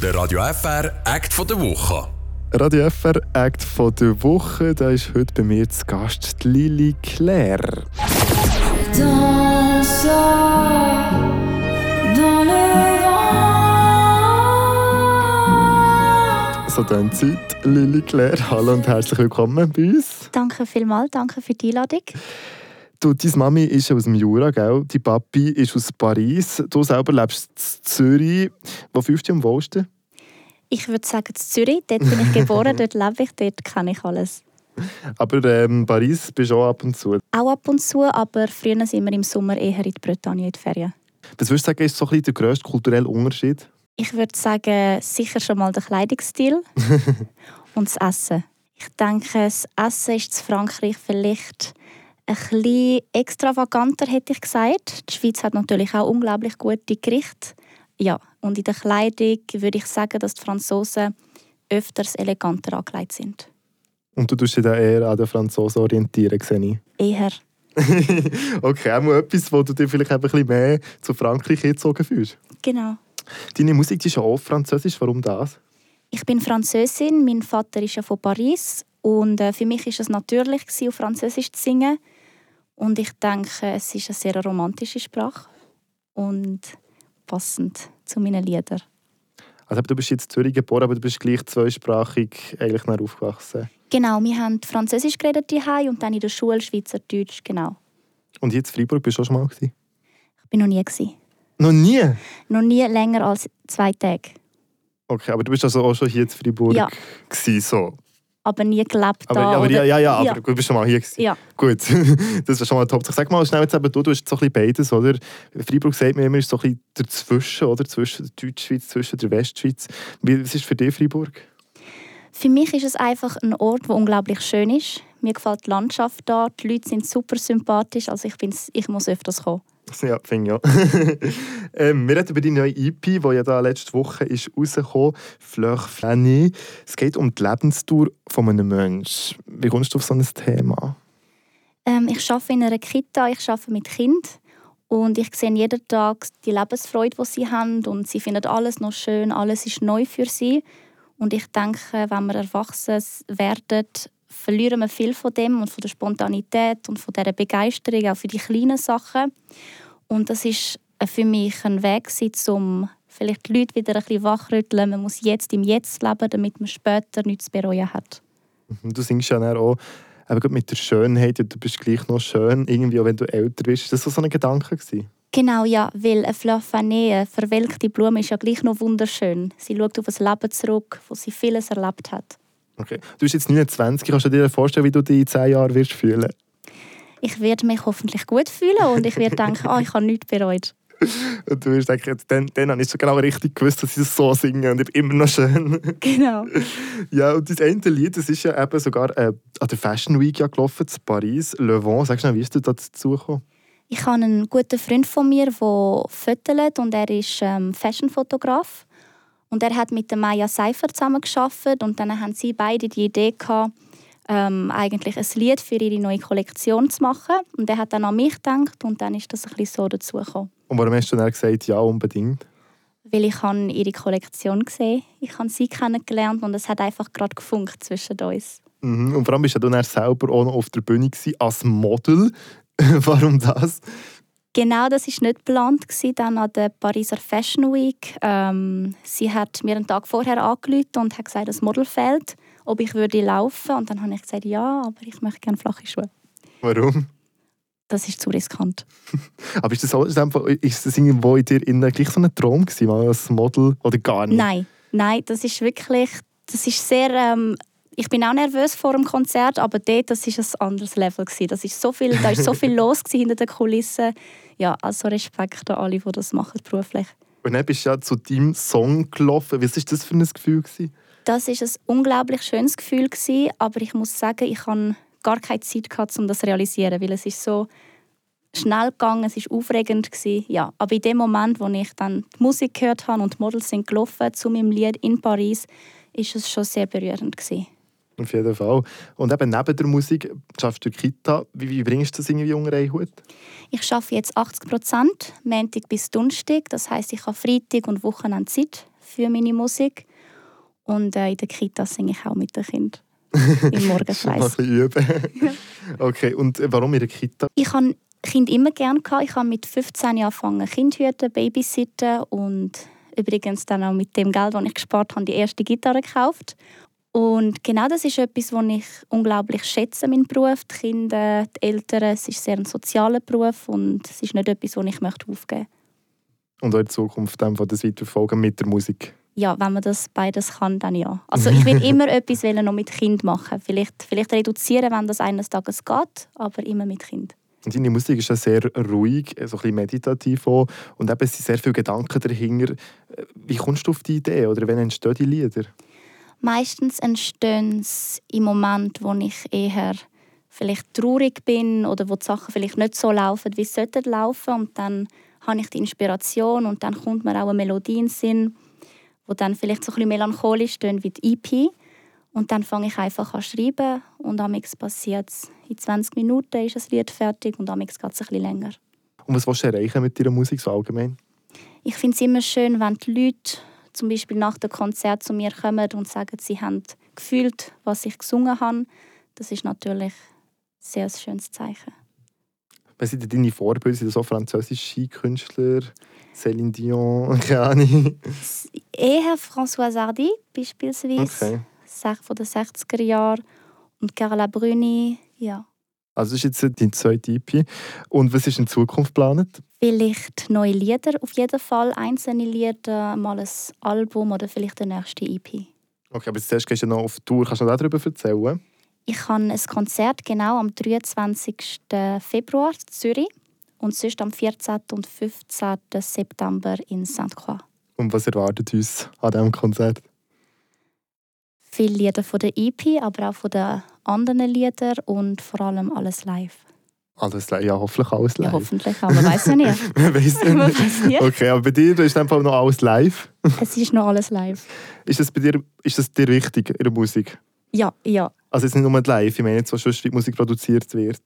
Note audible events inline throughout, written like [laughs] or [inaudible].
Der Radio FR Act von der Woche. Radio FR Act von der Woche. Da ist heute bei mir zu Gast die Lili Claire. Danse dans le vent. So dann Zeit. Lili Claire, hallo und herzlich willkommen bei uns. Danke vielmals, danke für die Einladung. Du, deine Mami ist aus dem Jura, gell? Dein Papi ist aus Paris. Du selber lebst in Zürich. Wo fühlst du dich am wohlsten? Ich würde sagen, zu Zürich, dort bin ich geboren, dort lebe ich, dort kenne ich alles. Aber ähm, Paris bist du auch ab und zu. Auch ab und zu, aber früher sind wir im Sommer eher in die Bretagne in die Ferien. Was würdest du sagen, ist so ein bisschen der grösste kulturelle Unterschied? Ich würde sagen, sicher schon mal der Kleidungsstil und das Essen. Ich denke, das Essen ist in Frankreich vielleicht ein bisschen extravaganter, hätte ich gesagt. Die Schweiz hat natürlich auch unglaublich gute Gerichte. Ja, und in der Kleidung würde ich sagen, dass die Franzosen öfters eleganter angelegt sind. Und du tust dich da eher an den Franzosen orientieren, sehe ich. Eher. Okay, auch mal etwas, wo du dich vielleicht eben ein bisschen mehr zu Frankreich hingezogen fühlst. Genau. Deine Musik die ist ja auch französisch, warum das? Ich bin Französin, mein Vater ist ja von Paris und äh, für mich ist es natürlich gewesen, auf Französisch zu singen und ich denke, es ist eine sehr romantische Sprache und passend zu meinen Liedern. Also eben, du bist jetzt in Zürich geboren, aber du bist gleich zweisprachig eigentlich nach aufgewachsen. Genau, wir haben Französisch geredet daheim und dann in der Schule Schweizerdeutsch, genau. Und jetzt in Freiburg bist du auch schon mal gewesen? Ich bin noch nie gewesen. Noch nie? Noch nie länger als zwei Tage, Okay, aber du bist also auch schon hier in Freiburg Ja. gewesen, so. aber nie gelebt Aber, da. aber oder- ja, ja, ja, ja. aber du bist schon mal hier gewesen. Ja. Gut, [laughs] das war schon mal top. Ich sag mal schnell jetzt eben, du, du hast so ein bisschen beides, oder? Freiburg sagt mir immer, ist so ein bisschen dazwischen, oder? Zwischen der Deutschschweiz, zwischen der Westschweiz. Wie, was ist für dich Freiburg? Für mich ist es einfach ein Ort, der unglaublich schön ist. Mir gefällt die Landschaft da, die Leute sind super sympathisch, also ich, bin's, ich muss öfters kommen. Ja, [laughs] finde ich auch. ähm, wir reden über die neue EP, die ja da letzte Woche ist rausgekommen Fleur Flanny. Es geht um die Lebensdauer von einem Menschen. Wie kommst du auf so ein Thema? Ähm, ich arbeite in einer Kita, ich arbeite mit Kind und ich sehe jeden Tag die Lebensfreude, die sie haben und sie finden alles noch schön, alles ist neu für sie. Und ich denke, wenn wir erwachsen werden, verlieren wir viel von dem und von der Spontanität und von dieser Begeisterung, auch für die kleinen Sachen. Und das ist äh, für mich ein Weg, gewesen, um vielleicht die Leute wieder ein bisschen wachrütteln. Man muss jetzt im Jetzt leben, damit man später nichts zu bereuen hat. Und Mhm, Du singst ja dann auch eben gerade mit der Schönheit, ja, du bist gleich noch schön, irgendwie auch wenn du älter bist. Ist das so so ein Gedanke? Gewesen? Genau, ja, weil eine Fleur Fanny, eine verwelkte Blume, ist ja gleich noch wunderschön. Sie schaut auf ein Leben zurück, wo sie vieles erlebt hat. Okay. Du bist jetzt 29, kannst du dir vorstellen, wie du dich in 10 Jahren wirst fühlen? Ich werde mich hoffentlich gut fühlen und ich werde denken, ah, ich habe nichts bereut. Und du wirst denken, jetzt, dann, dann habe ich so genau richtig gewusst, dass ich das so singe und ich bin immer noch schön. Genau. Ja, und das eine Lied, das ist ja eben sogar äh, an der Fashion Week ja gelaufen, zu Paris, Le Vent. Sagst du noch, wie ist du dazu gekommen? Ich habe einen guten Freund von mir, der fötelt und er ist ähm, Fashionfotograf. Und er hat mit der Maya Seifer zusammengearbeitet und dann haben sie beide die Idee gehabt, ähm, eigentlich ein Lied für ihre neue Kollektion zu machen. Und er hat dann an mich gedacht und dann ist das ein bisschen so dazu gekommen. Und warum hast du dann gesagt, ja, unbedingt? weil ich habe ihre Kollektion gesehen ich habe sie kennengelernt und es hat einfach gerade gefunkt zwischen uns. Mhm. Und vor allem bist ja du dann selber auch noch auf der Bühne gewesen, als Model. [laughs] warum das? Genau das war nicht geplant, gewesen, dann an der Pariser Fashion Week. Ähm, sie hat mir einen Tag vorher angerufen und hat gesagt, das Model fehlt, ob ich würde laufen Und dann habe ich gesagt, ja, aber ich möchte gerne flache Schuhe. Warum? Das ist zu riskant. Aber ist das, auch, ist das einfach- ist das irgendwo in dir innen gleich so ein Traum gewesen, mal als Model oder gar nicht? Nein, nein, das ist wirklich, das ist sehr, ähm, ich bin auch nervös vor dem Konzert, aber dort, das ist ein anderes Level gewesen. Das ist so viel, da ist [laughs] so viel los gewesen hinter den Kulissen. Ja, also Respekt an alle, die das machen beruflich. Und dann bist du ja zu deinem Song gelaufen. Was war das für ein Gefühl? Gewesen? Das ist ein unglaublich schönes Gefühl gewesen, aber ich muss sagen, ich habe gar keine Zeit gehabt, um das zu realisieren, weil es ist so schnell gegangen, es ist aufregend gewesen. Ja, aber in dem Moment, wo ich dann die Musik gehört habe und die Models sind gelaufen zu meinem Lied in Paris, ist es schon sehr berührend gewesen. Auf jeden Fall. Und eben neben der Musik schaffst du in der Kita. Wie, wie bringst du das irgendwie unter einen Hut? Ich schaffe jetzt 80 Prozent, Montag bis Donnerstag. Das heißt, ich habe Freitag und Wochenende Zeit für meine Musik. Und äh, in der Kita singe ich auch mit den Kindern. Im Mal ein Morgenkreis. bisschen üben. okay, und äh, warum in der Kita? Ich habe Kind immer gerne gehabt. Ich habe mit 15 Jahren angefangen, Kind hüten, babysitten und übrigens dann auch mit dem Geld, das ich gespart habe, die erste Gitarre gekauft. Und genau das ist etwas, was ich unglaublich schätze, meinen Beruf. Die Kinder, die Eltern, es ist sehr ein sozialer Beruf und es ist nicht etwas, das ich möchte aufgeben möchte. Und auch in Zukunft dann das weiterverfolgen mit der Musik. Ja, wenn man das beides kann, dann ja. Also ich will immer etwas wollen, noch mit Kind machen. Vielleicht, vielleicht reduzieren, wenn das eines Tages geht, aber immer mit Kind. Und deine Musik ist ja sehr ruhig, äh, so ein bisschen meditativ auch. Und eben, es sind sehr viele Gedanken dahinter. Äh, Wie kommst du auf die Idee oder wann entstehen die Lieder? Meistens entstehen sie im Moment, wo ich eher vielleicht traurig bin oder wo die Sachen vielleicht nicht so laufen, wie sie sollten laufen. Und dann habe ich die Inspiration und dann kommt mir auch eine Melodie in den Sinn, wo dann vielleicht so ein bisschen melancholisch tönt wie die EP. Und dann fange ich einfach an zu schreiben und amix passiert es. In 20 Minuten ist das Lied fertig und amix geht es ein bisschen länger. Und was willst du erreichen mit deiner Musik so allgemein? Ich finde es immer schön, wenn die Leute zum Beispiel nach dem Konzert zu mir kommen und sagen, sie haben gefühlt, was ich gesungen habe. Das ist natürlich sehr ein sehr schönes Zeichen. Was sind denn deine Vorbilder? Sind das auch französische Künstler? Céline Dion? [laughs] Keine Ahnung. Eher François Hardy beispielsweise, Okay. Sach von den 60er Jahren und Carla Bruni, ja. Also das ist jetzt dein zweite EP. Und was ist in Zukunft geplant? Vielleicht neue Lieder, auf jeden Fall einzelne Lieder, mal ein Album oder vielleicht der nächste E EP. Okay, aber zuerst gehst du ja noch auf Tour. Kannst du noch darüber erzählen? Ich habe ein Konzert genau am 23. Februar in Zürich und sonst am 14. und 15. September in Saint-Croix. Und was erwartet uns an diesem Konzert? Viele Lieder von der EP, aber auch von den anderen Liedern und vor allem alles live. Alles live. Ja, hoffentlich alles Ja, live. hoffentlich, aber man weiß ja nie. Man [laughs] weiss ja Man nicht. weiss nie. Okay, aber bei dir ist einfach noch alles live. Es ist noch alles live. Ist das bei dir, ist das dir wichtig in der Musik? Ja, ja. Also jetzt nicht nur die live, ich meine jetzt, was sonst wie die Musik produziert wird.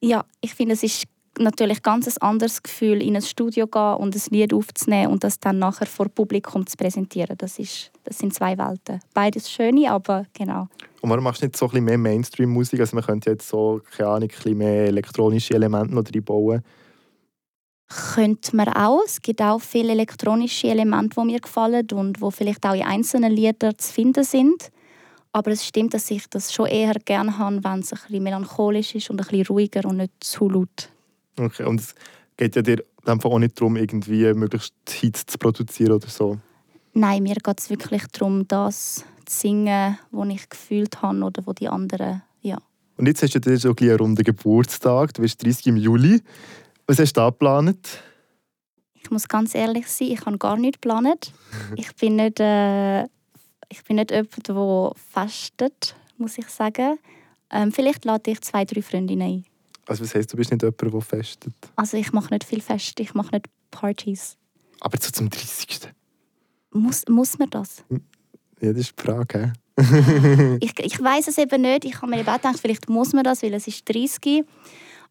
Ja, ich finde, es ist natürlich ganz ein anderes Gefühl, in ein Studio zu gehen und ein Lied aufzunehmen und das dann nachher vor Publikum zu präsentieren. Das, ist, das sind zwei Welten. Beides schöne, aber genau. Und warum machst du nicht so ein bisschen mehr Mainstream-Musik? Also man könnte jetzt so, keine Ahnung, ein bisschen mehr elektronische Elemente noch reinbauen. könnte man auch. Es gibt auch viele elektronische Elemente, die mir gefallen und wo vielleicht auch in einzelnen Liedern zu finden sind. Aber es stimmt, dass ich das schon eher gerne habe, wenn es ein bisschen melancholisch ist und ein bisschen ruhiger und nicht zu laut. Okay, und es geht ja dir in dem Fall auch nicht darum, irgendwie möglichst Hits zu produzieren oder so. Nein, mir geht es wirklich darum, das zu singen, was ich gefühlt habe oder wo die anderen, ja. Und jetzt hast du dir so ein bisschen einen runden Geburtstag, du bist 30 im Juli. Was hast du da geplant? Ich muss ganz ehrlich sein, ich habe gar nichts geplant. Ich bin nicht, äh, ich bin nicht jemand, der fastet, muss ich sagen. Ähm, vielleicht lade ich zwei, drei Freundinnen ein. Also was heisst, du bist nicht jemand, der festet? Also ich mache nicht viel Fest, ich mache nicht Partys. Aber so zum 30. Muss, muss man das? Ja, das ist die Frage, hä? Ich, ich weiß es eben nicht. Ich habe mir eben auch gedacht, vielleicht muss man das, weil es ist 30.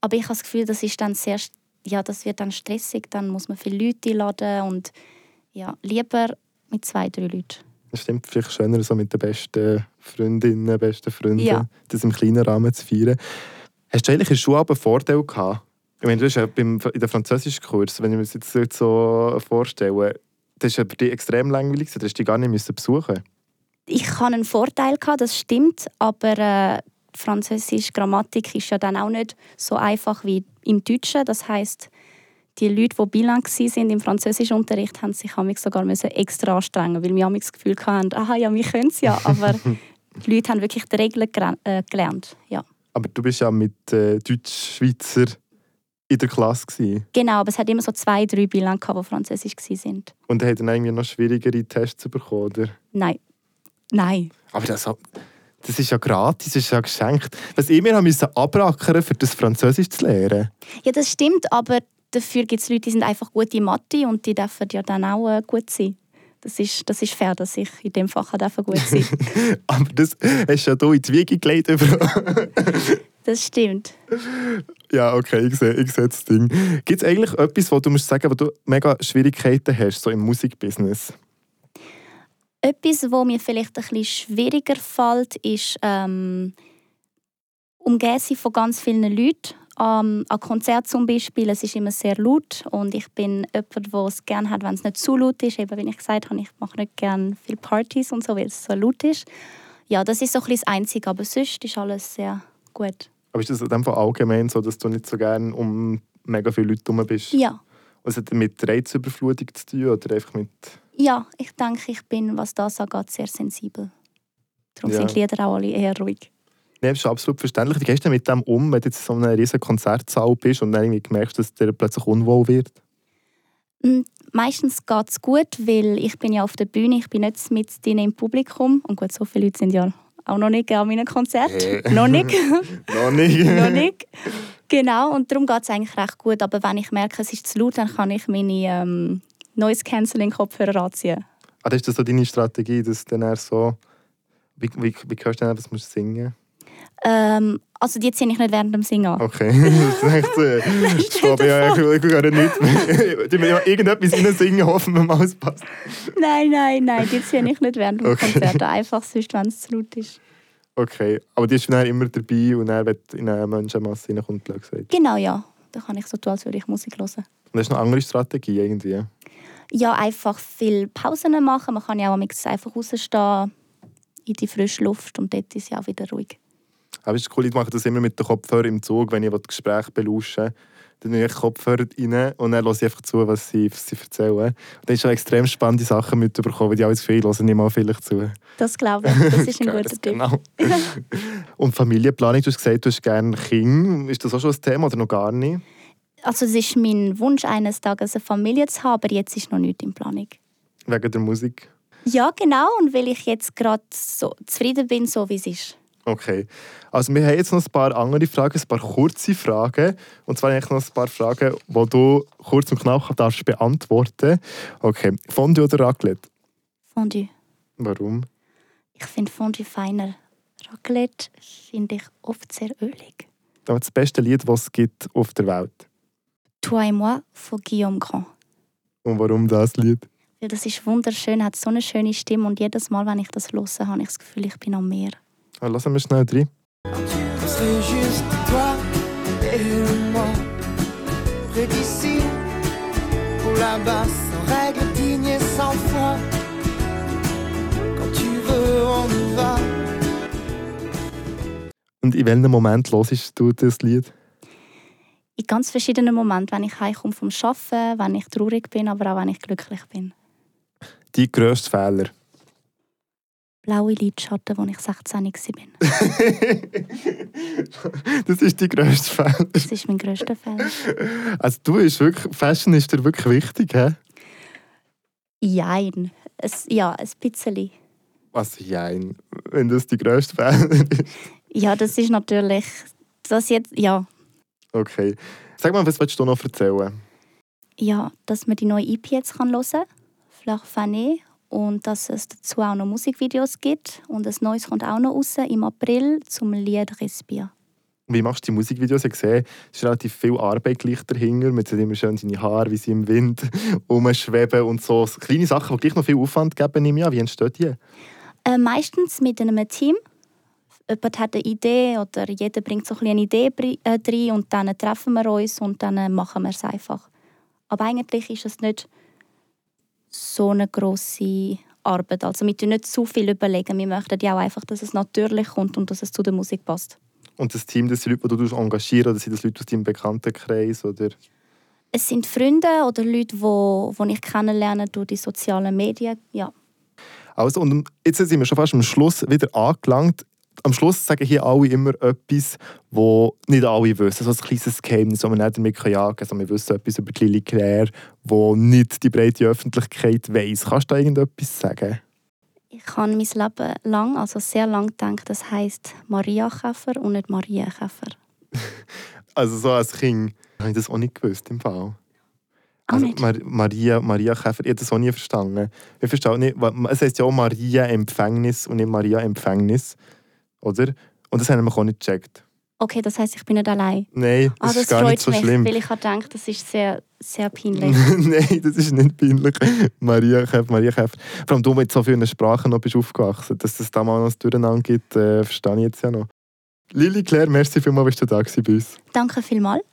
Aber ich habe das Gefühl, das ist dann sehr, st- ja, das wird dann stressig. Dann muss man viele Leute einladen und ja, lieber mit zwei, drei Leuten. Das stimmt, vielleicht schöner so mit den besten Freundinnen, besten Freunden, Ja. das im kleinen Rahmen zu feiern. Hast du eigentlich in der Schule aber einen Vorteil gehabt? Ich meine, du hast ja beim, in den Französischkurs, wenn ich mir das jetzt so vorstelle, das war ja bei dir extrem langweilig, du hast die gar nicht müssen besuchen Ich habe einen Vorteil gehabt, das stimmt, aber äh, Französisch Grammatik ist ja dann auch nicht so einfach wie im Deutschen. Das heißt, die Leute, die bilang gsi sind im Französischunterricht, haben sich amigs sogar müssen extra anstrengen, weil wir amigs das Gefühl hatten, aha, ja, wir können es ja, aber die Leute haben wirklich die Regeln geran- äh, gelernt. Ja. Aber du bist ja mit äh, Deutsch-Schweizer in der Klasse. Gewesen. Genau, aber es hat immer so zwei, drei Bilang gehabt, die Französisch gsi sind. Und dann hat dann irgendwie noch schwierigere Tests bekommen, oder? Nein, nein. Aber das, das ist ja gratis, das ist ja geschenkt. Was ich mir haben müssen abrackern, für das Französisch zu lernen. [laughs] Ja, das stimmt, aber dafür gibt es Leute, die sind einfach gut in Mathe und die dürfen ja dann auch äh, gut sein. Das ist, das ist fair, dass ich in dem Fach auch dürfen gut sein Aber das hast du ja hier in die Wiege gelegt. überall. Das stimmt. ja, okay, ich sehe, ich sehe das Ding. Gibt es eigentlich etwas, wo du musst sagen, wo du mega Schwierigkeiten hast, so im Musikbusiness? Etwas, wo mir vielleicht ein bisschen schwieriger fällt, ist ähm, umgeben sein von ganz vielen Leuten. Ähm, an Konzerten zum Beispiel, es ist immer sehr laut und ich bin jemand, der es gerne hat, wenn es nicht zu laut ist. Eben, wie ich gesagt habe, ich mache nicht gerne viele Partys und so, weil es so laut ist. Ja, das ist so ein bisschen das Einzige, aber sonst ist alles sehr gut. Aber ist das in dem Fall allgemein so, dass du nicht so gerne um mega viele Leute herum bist? Ja. Und es hat mit Reizüberflutung zu tun oder einfach mit... Ja, ich denke, ich bin, was das angeht, sehr sensibel. Darum Ja. sind die Lieder auch alle eher ruhig. Nein, das ist absolut verständlich. Wie gehst du denn mit dem um, wenn du jetzt in so einer riesen Konzertsaal bist und dann irgendwie merkst, dass dir plötzlich unwohl wird? Mm, Meistens geht es gut, weil ich bin ja auf der Bühne, ich bin nicht mit denen im Publikum. Und gut, so viele Leute sind ja auch noch nicht an meinen Konzerten. Äh. [laughs] [laughs] Noch nicht, Noch nicht. [laughs] noch nicht. Genau, und darum geht es eigentlich recht gut. Aber wenn ich merke, es ist zu laut, dann kann ich meine ähm, Noise-Canceling-Kopfhörer anziehen. Ah, das ist das so deine Strategie, dass du dann eher so... Wie, wie, wie hörst du denn, was musst du singen? Ähm, also die ziehe ich nicht während dem Singen an. Okay, [laughs] das ist [laughs] echt so... Ich glaube, ja, ich ich höre nichts mehr. [laughs] Die müssen ja irgendetwas reinsingen, hoffen wir mal, es passt. Nein, nein, nein, die ziehe ich nicht während dem Okay. Konzert an. Einfach sonst, wenn es zu laut ist. Okay, aber die ist dann immer dabei und dann, wenn du in eine Menschenmasse reinkommt, blöd gesagt. Und Genau, ja. Da kann ich so tun, als würde ich Musik hören. das ist noch eine andere Strategie irgendwie. Ja, einfach viel Pausen machen. Man kann ja auch am liebsten einfach rausstehen in die frische Luft und dort ist ja auch wieder ruhig. Aber es ist cool, ich mache das immer mit den Kopfhörern im Zug, wenn ich das Gespräch belausche. Dann nehme ich die Kopfhörer rein und dann höre ich einfach zu, was sie, was sie erzählen. Und dann ist schon extrem spannende Sachen mitbekommen, weil die auch das Gefühl hören nicht mal vielleicht zu. Das glaube ich. Das [laughs] ist ein guter Tipp. Genau. und Familienplanung, du hast gesagt, du hast gerne Kinder. Ist das auch schon ein Thema oder noch gar nicht? Also es ist mein Wunsch, eines Tages eine Familie zu haben, aber jetzt ist noch nichts in Planung. Wegen der Musik? Ja, genau. Und weil ich jetzt gerade so zufrieden bin, so wie es ist. Okay. Also wir haben jetzt noch ein paar andere Fragen, ein paar kurze Fragen. Und zwar eigentlich noch ein paar Fragen, die du kurz und knapp darfst beantworten. Okay. Fondue oder Raclette? Fondue. Warum? Ich finde Fondue feiner. Raclette finde ich oft sehr ölig. Aber das beste Lied, das es gibt auf der Welt. Toi et moi von Guillaume Grand. Und warum das Lied? Weil das ist wunderschön, hat so eine schöne Stimme und jedes Mal, wenn ich das höre, habe ich das Gefühl, ich bin am Meer. Ah, Lassen wir schnell rein. C'est juste toi et moi Près d'ici ou là-bas Sans règles dignes et sans foi Quand tu veux on y va Und in welchem Moment hörst du das Lied? In ganz verschiedenen Momenten, wenn ich heimkomme vom Arbeiten, wenn ich traurig bin, aber auch wenn ich glücklich bin. Dein grösster Fehler. Blaue Lidschatten, als ich 16 war. [laughs] das ist dein grösster Fehler. Das ist mein grösster Fehler. Also du ist wirklich, Fashion ist dir wirklich wichtig, hä? Jein. Es, ja, ein bisschen. Was jein, wenn das die grösste Fehler ist. Ja, das ist natürlich... Das jetzt, ja, [laughs] Okay. Sag mal, was willst du noch erzählen? ja, dass man die neue EP jetzt kann hören kann, Fleur Fané, und dass es dazu auch noch Musikvideos gibt. Und ein neues kommt auch noch raus im April zum Lied «Respire». Wie machst du die Musikvideos? Ich sehe, es ist relativ viel Arbeit gleich dahinter. Man sieht immer schön deine Haare, wie sie im Wind [laughs] rumschweben und so. So Kleine Sachen, die gleich noch viel Aufwand geben im Jahr. Wie entstehen die? Äh, meistens mit einem Team. Jemand hat eine Idee oder jeder bringt so ein bisschen eine Idee bri- äh, rein und dann treffen wir uns und dann äh, machen wir es einfach. Aber eigentlich ist es nicht so eine grosse Arbeit. Also wir tun nicht zu viel überlegen. Wir möchten ja auch einfach, dass es natürlich kommt und dass es zu der Musik passt. Und das Team, das sind Leute, die du engagierst, oder sind das Leute aus deinem Bekanntenkreis? Oder? Es sind Freunde oder Leute, die wo, wo ich kennenlerne durch die sozialen Medien. Ja. Also, und jetzt sind wir schon fast am Schluss wieder angelangt. Am Schluss sagen hier alle immer etwas, wo nicht alle wissen. So ein kleines Geheimnis, das wir nicht damit jagen können. Also wir wissen etwas über die Lili Claire, wo nicht die breite Öffentlichkeit weiss. Kannst du da irgendetwas sagen? Ich habe mein Leben lang, also sehr lang gedacht, das heisst Maria Käfer und nicht Maria Käfer. Also so als Kind habe ich das auch nicht gewusst im Fall. Auch also, nicht. Mar Maria, Maria Käfer, ich habe das auch nie verstanden. Ich verstehe nicht, wa- es heisst ja auch Maria Empfängnis und nicht Maria Empfängnis, oder? Und das haben wir auch nicht gecheckt. okay, das heißt, ich bin nicht allein. Nein, Ah, das, das ist gar nicht freut so mich, schlimm. weil ich habe gedacht, das ist sehr, sehr peinlich. [laughs] Nein, das ist nicht peinlich. Maria Käfer, Maria Käfer. Vor allem du, mit so vielen Sprachen noch bist aufgewachsen. Dass das da mal noch ein Durcheinander gibt, äh, verstehe ich jetzt ja noch. Lili Claire, merci vielmals, dass du da gewesen bei uns. Danke vielmals.